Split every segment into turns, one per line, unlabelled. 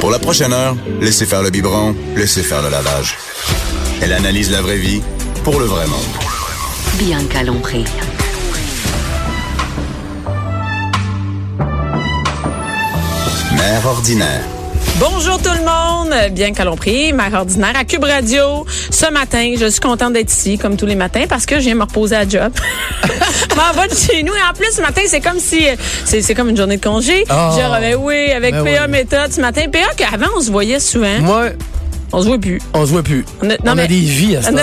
Pour la prochaine heure, laissez faire le biberon, laissez faire le lavage. Elle analyse la vraie vie pour le vrai monde.
Bianca Lompré.
Mère ordinaire.
Bonjour tout le monde, bien qu'à l'on prie, mère ordinaire à Cube Radio. Ce matin, je suis contente d'être ici, comme tous les matins, parce que je viens me reposer à job. Je M'en va de chez nous. Et en plus, ce matin, c'est comme si, c'est c'est comme une journée de congé.
Ah.
Genre, ben oui, avec
Ben
PA
oui.
méthode ce matin. PA qu'avant, on se voyait souvent.
Moi,
On se voit plus.
on se voit plus.
On
On
a-
a,
Hein? non, mais-
des vies à ce moment.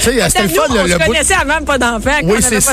sais, c'était le
Nous,
fun,
on
le, le
se
bout.
connaissait avant, pas d'enfant.
Oui, c'est ça.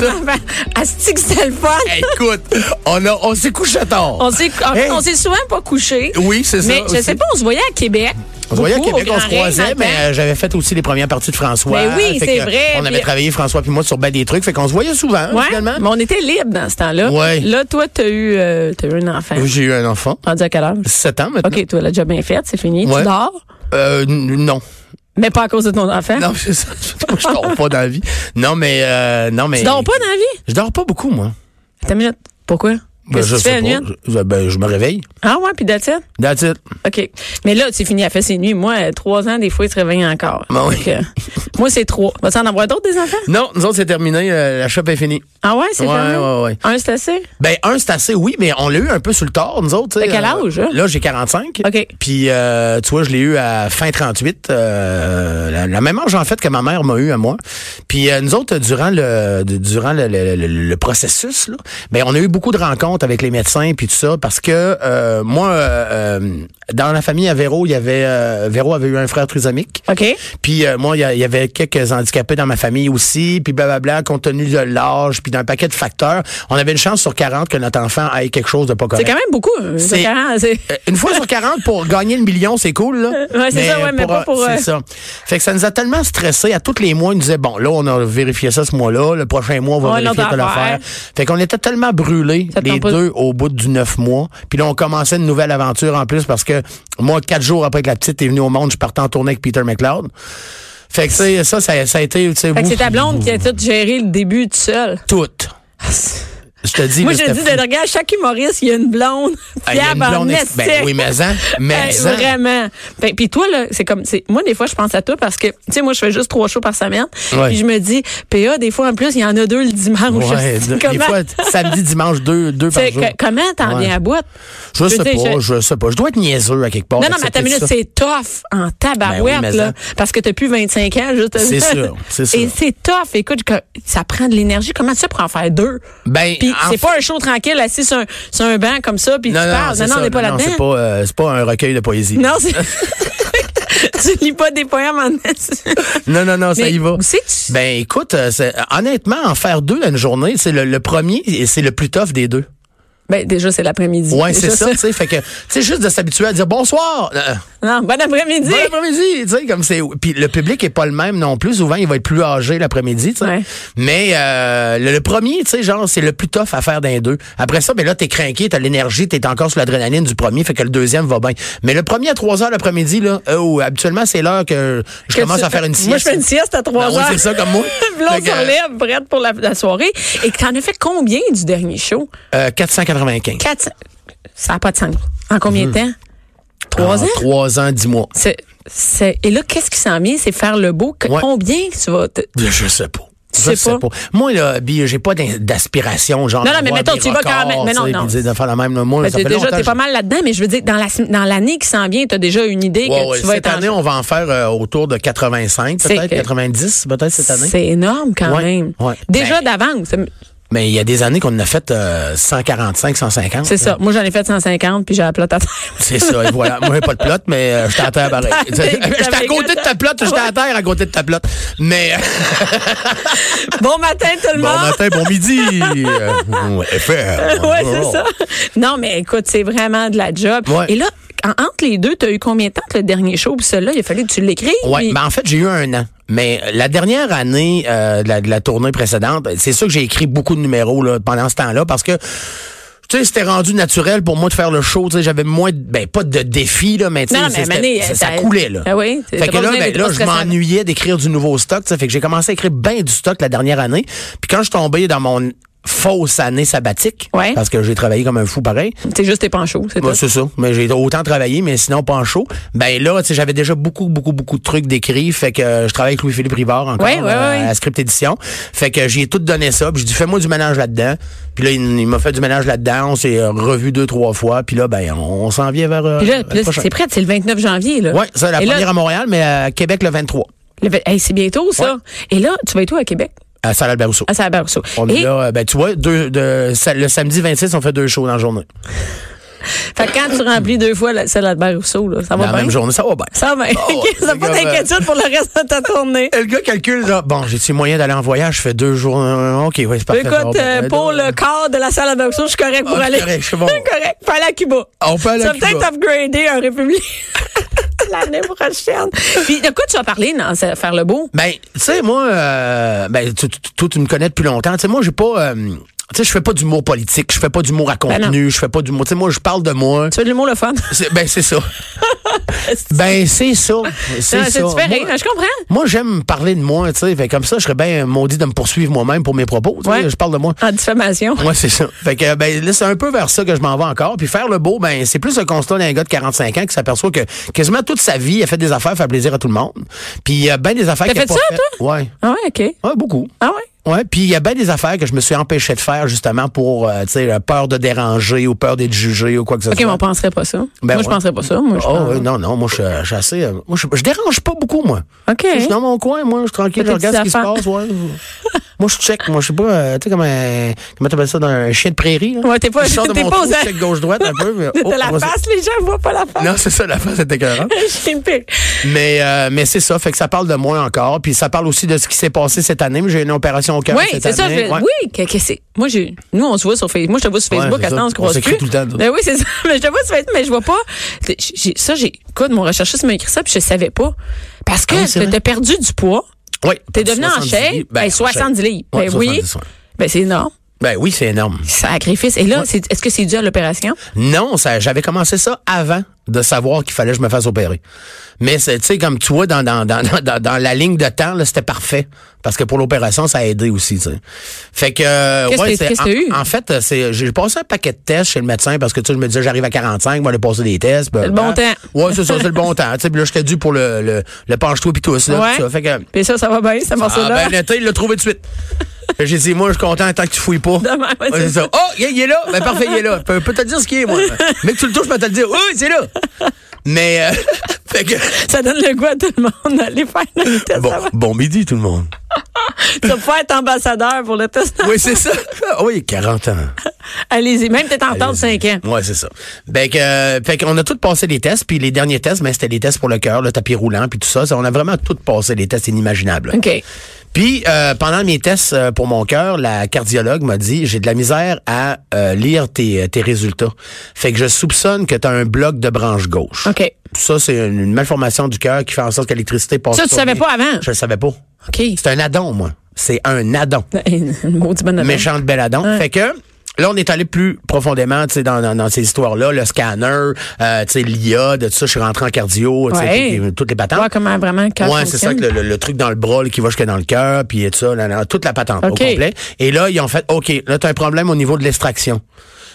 À que c'était le fun.
Écoute, on, a- on s'est couché tard.
On s'est, en fait,
Hey.
on s'est souvent pas couché.
Oui, c'est ça
Mais je
aussi.
sais pas, on se voyait à Québec.
On se voyait à
beaucoup,
Québec,
au
on se
Grand Rex,
croisait, mais
dans le temps.
euh, j'avais fait aussi les premières parties de François.
Ben oui,
Fait
c'est
que
vrai,
On avait
puis-
travaillé, François puis moi, sur ben des trucs. Fait qu'on se voyait souvent, hein,
Ouais,
finalement.
mais on était libre dans ce temps-là.
Ouais.
Là, toi, t'as eu, euh, t'as eu un enfant.
Oui, J'ai eu un enfant.
Rendu à quelle heure?
7 ans maintenant.
OK, toi, la job bien faite, c'est fini.
Ouais.
Tu dors,
Euh, n- non.
mais pas à cause de ton enfant.
Non, c'est ça. Je dors pas dans la vie. Non, mais, euh, non, mais.
Tu dors pas dans la vie?
Je dors pas beaucoup, moi.
Attends une minute. Pourquoi?
Ben,
Qu'est-ce
je
que tu fais
sais
la nuit?
pas. Je, ben, je me réveille.
Ah ouais, puis that's it?
That's it.
OK. Mais là, c'est fini, elle fait ses nuits. Moi, euh, trois ans, des fois, il se réveille encore.
Ben oui.
Fait que, moi, c'est trois. Vas-tu en avoir d'autres, des enfants?
Non, nous autres, c'est terminé. euh, la shop est finie.
Ah ouais, c'est
Ouais,
fermé?
ouais, ouais.
Un, c'est assez?
Ben, un, c'est assez, oui, mais on l'a eu un peu sur le tard, nous autres. tu sais. euh,
T'as quel âge, hein?
Là, j'ai 45.
OK.
Puis, euh, tu vois, je l'ai eu à fin 38, euh, la, la même âge, en fait, que ma mère m'a eu à moi. Puis, euh, nous autres, durant le de- durant le, le- le- le processus, là, ben, on a eu beaucoup de rencontres avec les médecins, puis tout ça, parce que euh, moi, euh, euh, dans la famille à Véro, il y avait... euh, Véro avait eu un frère trisomique.
OK.
Puis euh, moi, il y a- il y, avait quelques handicapés dans ma famille aussi, puis blablabla, compte tenu de l'âge, puis d'un paquet de facteurs, on avait une chance sur 40 que notre enfant ait quelque chose de pas
C'est
correct.
quand même beaucoup. euh,
C'est-
40, c'est-
Euh, Une fois sur 40 pour gagner le million, c'est cool, là.
Ouais, c'est ça, ouais, mais pas pour,
C'est
euh,
ça. Fait que ça nous a tellement stressés. À tous les mois, ils nous disaient, bon, là, on a vérifié ça ce mois-là, le prochain mois, on va
Ouais,
vérifier
l'autre
telle
affaire.
affaire. Fait qu'on était tellement brûlés,
Ça te
les
tente pas-
deux, au bout du neuf mois. Puis là, on commençait une nouvelle aventure en plus parce que moi, quatre jours après que la petite est venue au monde, je partais en tournée avec Peter McLeod. Fait que, tu sais, ça, ça, ça a été, tu sais,
Fait que c'est
ouf,
ta blonde qui a tout géré le début tout seul.
tout. Je te dis,
Moi,
là,
je
c'était
dis,
fou.
de, regarde, chaque humoriste, il y a une blonde.
Ah, il y a une
fiable en
blonde ex-
esti.
Ben oui, mais en, mais hein.
Ben,
en.
vraiment. Ben, puis toi là, c'est comme c'est moi des fois je pense à toi parce que tu sais moi je fais juste trois shows par semaine.
Ouais.
Puis je me dis PA des fois en plus il y en a deux le dimanche.
Ouais,
C'est
de- des
comment-
fois, t- samedi, dimanche, deux, deux par
c'est
jour.
que- comment t'en
Ouais.
viens à bout?
Je
je
sais
veux dire, je-
pas, je sais pas. Je dois être niaiseux à quelque part.
Non, non, mais
d'accepter
ta minute,
ça.
c'est tough en tabarouette,
Ben oui, mais
là.
en-
Parce que t'as plus 25 ans, juste.
C'est sûr, c'est sûr.
Et c'est tough. Écoute, que- ça prend de l'énergie. Comment tu fais pour en faire deux?
Ben,
Puis
en
c'est
fait-
pas un show tranquille, assis sur un, sur un banc comme ça, puis
Non,
tu
non,
parles.
c'est
Non, non,
ça.
on n'est pas
C'est
là-dedans.
pas, euh, c'est pas un recueil de poésie.
Non, c'est. tu lis pas des poèmes en
Non, non, non, ça
Mais
y va.
où c'est que tu-
Ben, écoute, euh, c'est- honnêtement, en faire deux à une journée, c'est le, le premier et c'est le plus tough des deux.
Ben, déjà, c'est l'après-midi.
Ouais, c'est
Déjà,
ça, tu sais. Fait que, tu sais, juste de s'habituer à dire bonsoir. euh,
Non, bon après-midi.
Bon après-midi, Ben, tu sais, comme c'est. Puis le public est pas le même non plus. Souvent, il va être plus âgé l'après-midi, tu sais.
Ouais.
Mais euh, le, le premier, tu sais, genre, c'est le plus tough à faire d'un deux. Après ça, ben là, t'es craqué, t'as l'énergie, t'es encore sur l'adrénaline du premier, fait que le deuxième va bien. Mais le premier à 3 heures l'après-midi, là, euh, où habituellement, c'est l'heure que je
Que
commence
tu-
à faire une sieste.
Moi, je fais une sieste à 3
Ben oui,
heures.
c'est ça, comme moi.
Là, on
Fait que,
se relève, prête pour la, la soirée. Et que t'en as fait combien du dernier show?
euh, 495.
400. Ça n'a pas de sens. En combien
Mm.
de temps? Trois
En
ans?
Ah, Trois ans, dix mois.
C'est, c'est, et là, qu'est-ce qui s'en vient? C'est faire le beau. Que-
Ouais.
Combien que tu vas. te-
Je sais pas.
Tu
Je
sais pas?
Moi, là, Bi, j'ai pas d'in- d'aspiration, genre.
Non, non, mais
d'avoir
mettons,
des
tu y vas quand même.
records,
Mais non,
tu sais,
non.
puis de faire la même, là. Moi,
Ben,
ça
t'es
fait
déjà,
longtemps
t'es
que
pas mal là-dedans, mais je veux dire, dans, la, sem- dans l'année qui s'en vient, t'as déjà une idée
Ouais,
que
ouais.
tu vas
Cette
être en-
année, on va en faire euh, autour de 85,
C'est
peut-être
que-
90, peut-être cette année.
C'est énorme quand
Ouais,
même.
ouais.
Déjà
Ben-
d'avance.
Mais il y a des années qu'on en a fait euh, 145, 150.
C'est ça. Moi, j'en ai fait 150, puis j'ai la plotte à terre.
C'est ça, et voilà. Moi, j'ai pas de plot, mais euh, j'étais à terre pareil.
T'as-
J'étais à côté de ta plot, j'étais à
Ouais.
terre à côté de ta plot. Mais euh,
Bon matin, tout le
bon
monde!
matin, bon midi. Euh, ouais, FM.
ouais, c'est ça. Non, mais écoute, c'est vraiment de la job.
Ouais.
Et là, en- entre les deux, tu as eu combien de temps que le dernier show puis celui-là? Il a fallu que tu l'écrives.
Ouais,
puis-
ben en fait, j'ai eu un an. Mais euh, la dernière année euh, de, la, de la tournée précédente, ben, c'est sûr que j'ai écrit beaucoup de numéros là, pendant ce temps-là parce que tu sais, c'était rendu naturel pour moi de faire le show. Tu sais, j'avais moins, de, ben pas de défis là, mais tu sais,
Non, mais
c'était-
Mané,
ça, ça
t'as-
coulait là.
Ah oui, t'as
Fait que
pas
là,
besoin
ben,
d'être
là,
trop
je
stressant.
m'ennuyais d'écrire du nouveau stock. tu sais. Fait que j'ai commencé à écrire bien du stock la dernière année. Puis quand je suis tombé dans mon fausse année sabbatique,
Ouais.
parce que j'ai travaillé comme un fou pareil,
C'est juste tes panchots, c'est
moi,
tout.
Bah, c'est ça. Mais j'ai autant travaillé, mais sinon pas en chaud. Ben là, tu sais, j'avais déjà beaucoup, beaucoup, beaucoup de trucs d'écrits. Fait que euh, je travaille avec Louis-Philippe Rivard encore
Ouais, ouais,
euh,
ouais.
à Script Édition. Fait que j'ai tout donné ça. Puis j'ai dit, fais-moi du ménage là-dedans. Puis là, il, il m'a fait du ménage là-dedans. On s'est euh, revu deux, trois fois. Puis là, ben, on, on s'en vient vers. euh,
Puis là, puis là,
le prochain.
c'est prêt, c'est le 29 janvier. Là.
Ouais, ça, la
Et là,
première à Montréal, mais à Québec le 23.
le vingt- hey, c'est bientôt, ça.
Ouais.
Et là, tu vas être où à Québec?
À Salle Albert Rousseau.
À Saint-Barceau.
On est
Ah, Et
là, euh, ben, tu vois, deux, de, sa- le samedi 26, on fait deux shows dans la journée.
fait que quand tu remplis deux fois la- celle d'Albert Rousseau, là, ça va
Dans la
bien?
même journée, ça va bien.
Ça va bien.
Oh,
OK, ça
c'est
pas
comme, euh,
d'inquiétude pour le reste de ta tournée.
Et Le gars calcule, genre, bon, j'ai-tu moyen d'aller en voyage? Je fais deux jours. euh, OK, ouais, c'est parfait. ben, ça va
Écoute,
bien.
euh, pour le corps de la salle à Rousseau, je suis correct pour
Ah, je suis
aller.
correct, je suis bon.
correct. Faut aller à Cuba.
On peut aller
Ça
à
va
Cuba.
peut-être upgrader en République l'année prochaine. Puis de quoi tu vas parler dans ce- Faire le beau?
Ben, tu sais, moi, euh, ben, tu- tu- toi, tu me connais depuis longtemps. Tu sais, moi, j'ai pas. euh, tu sais, je fais pas d'humour politique, je fais pas d'humour à
Ben non.
contenu, je fais pas d'humour. Tu sais, moi, je parle de moi.
Tu veux de l'humour le fun?
C'est- Ben, c'est ça. ben, c'est ça.
Non,
C'est
Ah, C'est
ça.
super
Moi-
rire, je comprends.
Moi, j'aime parler de moi, tu sais. Fait Comme ça, je serais bien maudit de me poursuivre moi-même pour mes propos. tu sais,
Ouais.
Je parle de moi.
En diffamation.
Moi, c'est ça. Fait que, ben, là, c'est un peu vers ça que je m'en vais encore. Puis faire le beau, ben, c'est plus le constat d'un gars de 45 ans qui s'aperçoit que quasiment toute sa vie, il a fait des affaires, faire plaisir à tout le monde. Puis il y a ben des affaires
T'as
qu'il a
fait
pas
ça,
fait. Ouais.
Ah ouais, OK.
Ouais, beaucoup.
Ah ouais?
Ouais, puis il y a bien des affaires que je me suis empêché de faire justement pour euh, tu sais la peur de déranger ou peur d'être jugé ou quoi que ce
OK, mais
soit.
on penserait pas ça. moi, je
Ben ouais.
penserais pas ça. Moi, je
oh
pense-
oui, non non, moi je suis- je suis assez euh, moi je je dérange pas beaucoup moi.
OK.
Je suis dans mon coin, moi, je suis tranquille,
Fais
je
tes
regarde ce qui se
petites
passe, ouais. moi, je check, moi, je sais pas, euh, tu sais, comme un, comment t'appelles ça, dans un chien de prairie, là.
Ouais, t'es pas-
Je sors de
t'es
mon
pas
trou,
aux-
je check gauche-droite un peu, mais,
De
oh,
la
voici-
face, les gens voient pas la face.
Non, c'est ça, la face est écœurante.
Je suis une pique.
Mais, euh, mais c'est ça, fait que ça parle de moi encore, puis ça parle aussi de ce qui s'est passé cette année, mais j'ai une opération au cœur
Oui,
cette
c'est ça.
année.
je-
Ouais.
Oui, que, que c'est. Moi, j'ai. Nous, on se voit sur Facebook. Moi, je te vois sur
Ouais,
Facebook.
c'est
à ce
ça.
temps, on se
On
croise
s'écrit
plus.
tout le temps, nous.
Ben oui, c'est ça. Mais je te vois sur Facebook, mais je vois pas. J'ai- Ça, j'ai. Écoute, mon recherchiste m'a écrit ça, puis je savais pas. Parce que
Ah oui, c'est vrai.
t'as perdu du poids.
Oui.
T'es devenu en
70
shape.
livres.
Ben,
en shape.
70 livres.
Ouais,
ben oui.
70, ouais.
Ben, c'est énorme.
Ben oui, c'est énorme.
Sacrifice. Et là, c'est- est-ce que c'est dû à l'opération?
Non, ça, j'avais commencé ça avant de savoir qu'il fallait que je me fasse opérer. Mais c'est- tu sais, comme tu vois, dans, dans, dans, dans, dans la ligne de temps, là, c'était parfait. Parce que pour l'opération, ça a aidé aussi, tu sais. Fait que, euh,
Qu'est-ce que-
c'est-
qu'est-ce
en,
que t'as eu?
en fait, euh, c'est, j'ai passé un paquet de tests chez le médecin parce que, tu sais, je me disais, j'arrive à 45, moi, aller passer des tests. C'est
le bon temps.
Ouais, c'est ça, c'est le bon temps. Tu sais, puis là, j'étais dû pour le, le, le penche-toi pis tous, là.
Ouais.
tout ça. Fait que,
Puis ça, ça va bien, ce
ah,
morceau-là.
ben, l'été, il l'a trouvé de suite. Fait que J'ai dit, moi, je suis content tant que tu fouilles pas.
Demain, ouais,
Ouais,
c'est
c'est ça. Oh, il est- il est là. Ben, parfait, il est là. Peut, peut te dire ce qu'il est, moi. Mais que tu le touches, je peux te le dire. Oui, c'est là. Mais, euh, fait que.
Ça donne le goût à tout le monde d'aller faire le test.
Bon,
avant.
bon midi, tout le monde.
Tu vas pouvoir être ambassadeur pour le test.
Oui, c'est ça. Ah Oui, 40 ans.
Allez-y. Même peut-être en temps de 5 ans.
Ouais, c'est ça. Ben que, euh, fait qu'on a tous passé les tests, puis les derniers tests, ben, c'était les tests pour le cœur, le tapis roulant, puis tout ça. Ça, On a vraiment tous passé les tests inimaginables.
OK.
Puis, euh, pendant mes tests euh, pour mon cœur, la cardiologue m'a dit, j'ai de la misère à euh, lire tes, tes résultats. Fait que je soupçonne que tu as un bloc de branche gauche.
OK.
Ça, c'est une, une malformation du cœur qui fait en sorte que l'électricité passe.
Ça, tu
pas
savais
bien.
pas avant?
Je le savais pas.
OK.
C'est un addon, moi. C'est un addon.
Une maudite bonne nouvelle.
Méchant de bel addon.
Ah. Ouais.
Fait que. Là, on est allé plus profondément, tu sais, dans, dans, dans ces histoires-là, le scanner, euh, tu sais, l'IA, de tout ça. Je suis rentré en cardio, tu sais,
Ouais.
toutes les- toutes les patentes.
Voir comment vraiment le cœur
Ouais, c'est ça,
fonctionne.
que le, le- le truc dans le bras là, qui va jusque dans le cœur, puis tout ça, là, là, toute la patente
OK.
au complet. Et là, ils ont fait, OK, là, t'as un problème au niveau de l'extraction.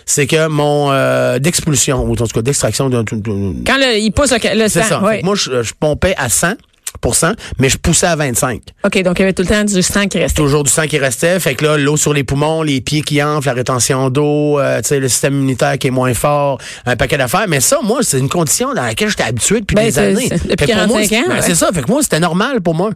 C'est que mon... euh, d'expulsion, ou en tout cas d'extraction... de- de- de-
Quand le- il pousse le, le
C'est
sang.
ça. Fait
ouais.
que moi, je, je pompais à 100. mais je poussais à 25.
OK, donc il y avait tout le temps du sang qui restait.
Toujours du sang qui restait. Fait que là, l'eau sur les poumons, les pieds qui enflent, la rétention d'eau, euh, tu sais, le système immunitaire qui est moins fort, un paquet d'affaires. Mais ça, moi, c'est une condition dans laquelle j'étais habitué depuis
Ben,
des
c'est-
années.
c'est- depuis
Fait que pour
45
moi,
ans,
c'est- ben,
ouais.
c'est ça. Fait que moi, c'était normal pour moi.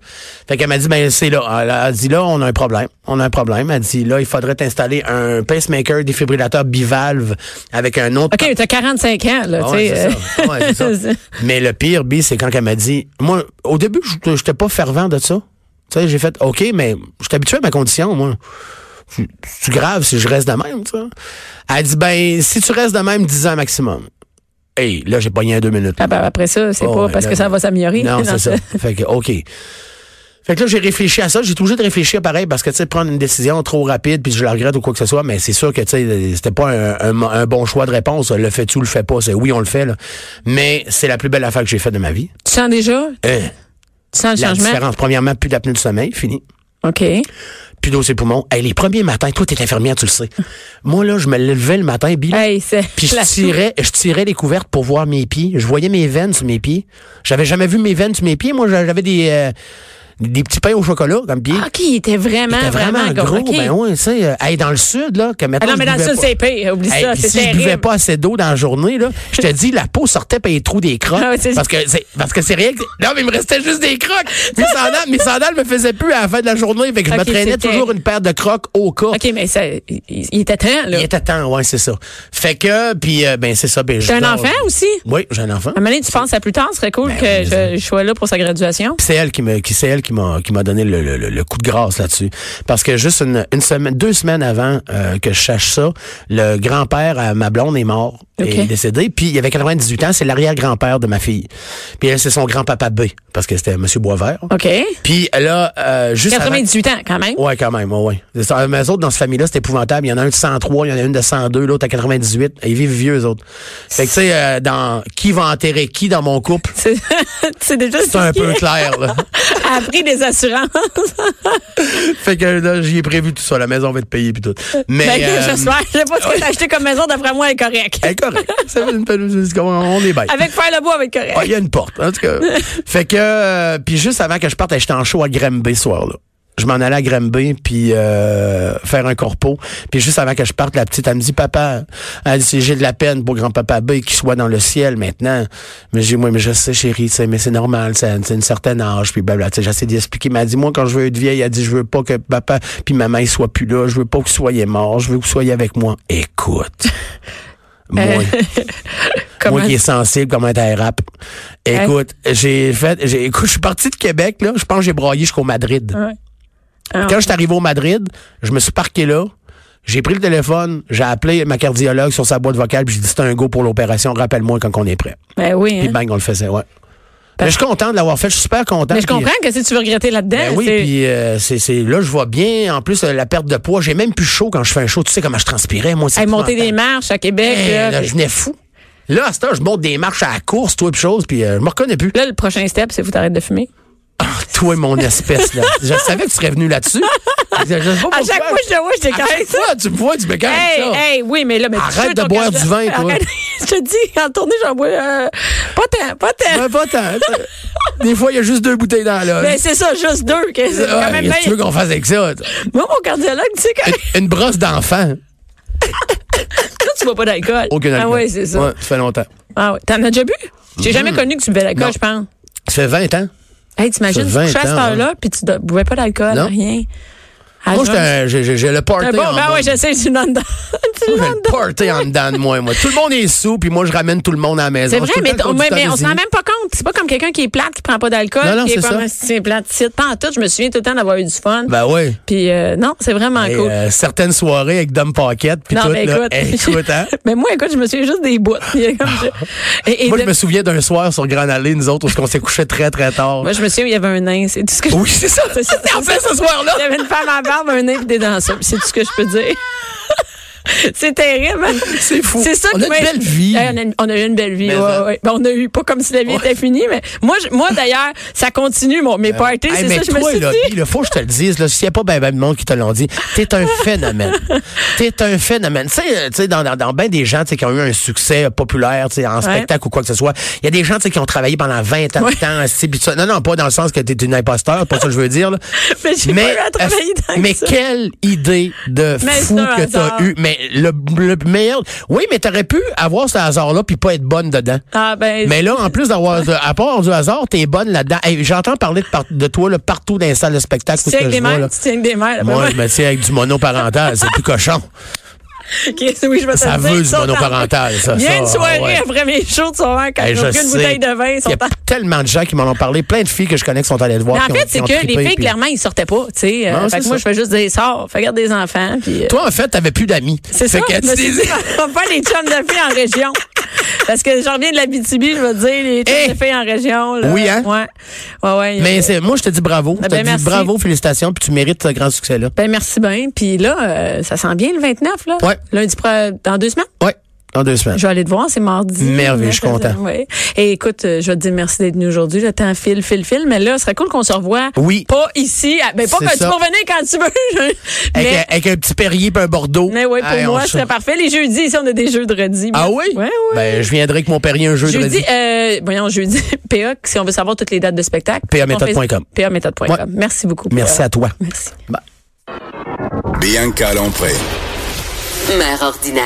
Fait qu'elle m'a dit, ben, c'est là. Elle a dit, là, on a un problème. On a un problème. Elle dit, là, il faudrait t'installer un pacemaker défibrillateur bivalve avec un autre
OK, mais t'as 45 ans, là,
ah
tu
ouais,
sais. euh,
c'est ça. Ouais, c'est ça. Mais le pire, B, c'est quand elle m'a dit. Moi, au début, je n'étais pas fervent de ça. Tu sais, j'ai fait OK, mais je suis habitué à ma condition, moi. C'est- C'est grave si je reste de même, tu sais. Elle dit ben, si tu restes de même 10 ans maximum. Hey, là, j'ai pogné un deux minutes.
Ah, ben, après ça, c'est
Oh,
pas
ouais,
parce
là,
que ça va s'améliorer.
Non,
Dans
c'est ça.
ce-
Fait que, OK. Fait que là, j'ai réfléchi à ça. J'ai toujours de réfléchir pareil parce que, tu sais, prendre une décision trop rapide puis je la regrette ou quoi que ce soit, mais c'est sûr que, tu sais, c'était pas un, un- un bon choix de réponse. Le fais-tu ou le fais pas? C'est oui, on le fait, là. Mais c'est la plus belle affaire que j'ai faite de ma vie.
Tu sens déjà?
Euh,
Tu sens le
la
changement?
différence, premièrement, plus d'apnée du sommeil, fini.
OK.
Plus d'eau ses poumons. Hey, les premiers matins, toi, t'es infirmière, tu le sais. Moi, là, je me levais le matin, Bill.
Hey, c'est.
Puis je
la-
tirais, je tirais les couvertes pour voir mes pieds. Je voyais mes veines sur mes pieds. J'avais jamais vu mes veines sur mes pieds. Moi, j'a- j'avais des, euh, des petits pains au chocolat comme pieds.
Ah, OK, il était vraiment,
C'était
vraiment,
vraiment gros.
OK.
Ben ouais, tu sais, euh, hey, dans le sud, là, que
Ah
maintenant.
non, mais dans le sud, c'est pire. Oublie ça, c'est
si je
terrible.
buvais pas assez d'eau dans la journée, là, je te dis, la peau sortait par les trous des crocs.
Ah ouais, c'est-
parce que c'est, parce que c'est rien que- Non, mais il me restait juste des crocs. Mes sandales, mes sandales me faisaient plus à la fin de la journée. Fait que je
Ok,
me traînais
c'était-
toujours une paire de crocs au cas.
OK, mais ça, il, il était temps, là.
Il était temps, ouais, c'est ça. Fait que, puis, euh, ben, c'est ça. Ben,
T'as
je
un
dors-
enfant aussi?
Oui, j'ai un enfant.
À un moment donné, tu penses à plus tard, ce serait cool
Ben oui,
que
mais
je, je sois là pour sa graduation.
Puis c'est elle qui me qui c'est elle qui m'a qui m'a donné le, le- le- le coup de grâce là-dessus parce que juste une, une semaine deux semaines avant euh, que je sache ça le grand-père à ma blonde est mort
Ok.
et est décédé puis il avait 98 ans c'est l'arrière-grand-père de ma fille puis elle c'est son grand-papa B parce que c'était monsieur Boisvert
OK.
puis là euh, juste avant-
98 ans, quand même.
Ouais, quand même, ouais, ouais. C'est ça. Mais eux autres, dans cette famille-là, c'est épouvantable. Il y en a un de 103, il y en a une de 102, l'autre à 98. Ils vivent vieux, eux autres. Fait que, tu sais, euh, dans qui va enterrer qui dans mon couple,
C'est c'est déjà
c'est un peu clair, là.
a pris des assurances.
Fait que là, j'y ai prévu tout ça. La maison va être payée puis tout. Mais
Fait Ben, que
euh,
j'espère, je sais pas ce que t'as acheté comme maison, d'après moi, elle est correcte.
elle est correcte. Ça fait une peine- c'est comme On est bien.
Avec faire le bois, elle est correcte.
Ah, Il y a une porte. En tout cas. fait que euh, puis juste avant que je parte, j'étais en show à Grimby ce soir là. Je m'en allais à Grimby puis euh, faire un corpo. Puis juste avant que je parte, la petite elle me dit papa, elle dit j'ai de la peine pour grand-papa B qui soit dans le ciel maintenant. Mais j'ai moi mais je sais chérie, tu sais, mais c'est normal, c'est c'est une certaine âge puis blabla. Tu sais, J'essaie d'expliquer. Elle m'a dit moi quand je veux être vieille, elle dit je veux pas que papa puis maman ils soient plus là, je veux pas que vous soyez morts, je veux que vous soyez avec moi. Écoute. moi, moi qui est sensible comme un terre rap. Écoute, j'ai fait, j'ai, écoute, je suis parti de Québec, là. Je pense que j'ai broyé jusqu'au Madrid.
Ouais. Ah,
Quand je suis arrivé au Madrid, je me suis parqué là. J'ai pris le téléphone, j'ai appelé ma cardiologue sur sa boîte vocale, puis j'ai dit c'est un go pour l'opération, rappelle-moi quand on est prêt.
Ben oui.
Puis
hein.
bang, on le faisait, ouais. Mais je suis content de l'avoir fait, je suis super content.
Mais je
puis-
comprends que si tu veux regretter là-dedans,
Ben oui,
c'est-
puis euh, c'est, c'est- là, je vois bien, en plus, euh, la perte de poids, j'ai même plus chaud quand je fais un show. Tu sais comment je transpirais, moi, c'est
Hey, monter des
épouvantable.
marches à Québec.
Hey,
là,
Eh, là,
puis-
je venais fou. Là, à ce temps, je monte des marches à la course, toi, puis chose, puis euh, je me reconnais plus. Ah,
là, le prochain step, c'est faut t'arrêtes de fumer.
Toi, mon espèce, là. je savais que tu serais venu là-dessus. Je- je sais pas
À chaque
pourquoi.
fois que je te vois, je
À chaque
décale ça.
fois, tu me vois, tu me calmes
Hey,
ça.
hey, oui, mais là, mais tu
Arrête
veux
de
ton
boire
café-
du vin, toi.
Arrête. je te dis, en tournée, j'en bois euh, pas tant, pas tant.
Ben, pas tant. Des fois, il y a juste deux bouteilles dans la
Mais
loge.
Ben, c'est ça, juste deux. Que c'est quand
Ouais,
même
qu'est-ce que tu
bien.
veux qu'on fasse avec ça?
Moi, mon cardiologue, tu sais, quand
Une, une brosse d'enfant.
quand tu bois pas d'alcool.
Aucun
Ah
alcool.
oui, c'est ça.
Ouais, ça fait longtemps.
Ah oui. T'en as déjà bu? J'ai jamais connu que tu buvais d'alcool,
Non.
je pense.
Ça fait 20 ans.
Hey, t'imagines,
Ça
tu
fait 20
couchais à cette
ans, hein.
heure-là, puis tu ne buvais pas d'alcool,
Non.
rien. Ah,
Moi,
je
j'étais un- j'ai j'ai- j'ai le party
Ah,
en
Bon, ben
moi.
ouais, je sais, tu l'as dedans. Tu
Moi,
l'as
j'ai le
dedans.
party en dedans de moi, moi. Tout le monde est sous, puis moi, je ramène tout le monde à la maison.
C'est
Je
vrai,
suis tout le
mais,
temps
on-
le
mais, mais on
conducteur
s'en rend
désigné.
même pas compte. C'est pas comme quelqu'un qui est plate, qui prend pas d'alcool,
Non, non,
qui est
c'est
comme
ça.
un c'est plate, c'est pas en tout. Je me souviens tout le temps d'avoir eu du fun.
Ben oui.
Puis euh, non, c'est vraiment
Et,
cool.
euh, certaines soirées avec Dom Paquette, puis
non,
tout,
mais
là.
écoute.
Hey, écoute, hein? Ah.
mais moi, écoute, je me souviens juste des bouts. Il y a comme je- et- et
Moi, je
de-
me souviens d'un soir sur Grand Allée, nous autres, où on s'est couché très, très tard.
moi, je me souviens, il y avait un nain, c'est tout ce que je-
Oui, c'est ça.
C'est ça.
C'était en fait ce soir-là.
Il y avait une femme à barbe, un nain et des danseurs. C'est tout ce que je peux dire. C'est terrible.
C'est fou.
C'est ça
On
que-
a une
ouais.
belle vie.
Ouais, on, a, une- on a eu une belle vie.
Mais
ouais,
ça.
ouais. Ben, on a eu pas comme si la vie était finie, mais moi, je- moi d'ailleurs, ça continue mon, mes parties.
Ben, Hey,
c'est
mais
ça, je me
toi,
suis
là,
dit.
Guy, là, faut que je te le dise, là, s'il n'y a pas ben, ben de monde qui te l'ont dit, t'es un phénomène. t'es un phénomène. Tu sais, euh, tu sais, dans, dans, dans ben des gens, tu sais, qui ont eu un succès euh, populaire, tu sais, en spectacle ou quoi que ce soit, il y a des gens, tu sais, qui ont travaillé pendant 20 ans de
Ouais.
temps, si, pis ça. Non, non, pas dans le sens que t'es une imposteur, pas ça que je veux dire, là.
Mais j'ai pas eu à travailler
euh,
tant que
mais
ça.
quelle idée de
Mais
fou
c'est un
que t'as
hasard.
eu. Mais le, le meilleur, oui, mais t'aurais pu avoir ce hasard-là puis pas être bonne dedans.
Ah, ben,
Mais là, en plus d'avoir, à part du hasard, t'es bonne là-dedans. Hey, J'entends parler de, par- de toi là, partout dans les salles de spectacle.
tu
où ce
tiens
que
avec des
je vois,
mères.
là.
Tu tiens avec des mères. là, ben,
Moi,
ouais.
je me tiens avec du monoparental, c'est plus cochon.
Ok, oui, je vais te
Ça
le dire,
veut
ils
du
sont en-
monoparental, ça.
Il y
ça,
a une soirée
ah ouais.
après mes shows de soir, quand
Hey,
j'ai
je
aucune
sais.
bouteille de vin, ils sont
Il y a
en-
tellement de gens qui m'en ont parlé, plein de filles que je connais qui sont allées le voir.
Mais
qui
en
ont-
fait,
qui
c'est
ont
que les
trippé,
filles,
puis-
clairement, ils sortaient pas, tu sais. euh,
Non,
fait
c'est
que moi,
ça.
je fais juste des sorts, fait garder des enfants, puis... euh,
Toi, en fait, t'avais plus d'amis.
C'est ça.
Fait que
je me
tu
suis
disais-
dit, on va faire les chums de filles en région. Parce que j'en reviens de la BTB, je veux dire, les chums
Hey!
de filles en région. là.
Eh! Oui, hein?
Ouais. Ouais, ouais.
Mais c'est, moi, je te dis bravo.
euh, Ah,
je te
ben,
dis
merci.
bravo, félicitations, puis tu mérites ce grand succès-là.
Ben, merci bien. Puis là, euh, ça sent bien le 29, là.
Ouais.
Lundi, pro- dans deux semaines.
Ouais, en deux semaines.
Je vais aller te voir, c'est mardi.
Merveilleux, je suis content.
Ouais. Et écoute, euh, je vais te dire merci d'être venu aujourd'hui. Le temps file, file, file. Mais là, ce serait cool qu'on se revoie.
Oui.
Pas ici. à- Ben, pas
C'est
que tu
ça.
peux revenir quand tu veux.
Avec,
mais,
avec un petit Perrier puis un Bordeaux.
mais oui, pour
Hey, on
moi,
se-
ce serait parfait. Les jeudis, ici, on a des jeux de redis.
Ah oui?
Ouais, ouais.
Ben, je viendrai avec mon Perrier un jeudi.
Jeudi, euh, voyons, jeudi, PA, si on veut savoir toutes les dates de spectacle.
PAméthode.com.
PAméthode.com.
Ouais.
Merci beaucoup.
Merci
PA.
à toi.
Merci.
Bye.
Bianca Lompré.
Mère ordinaire.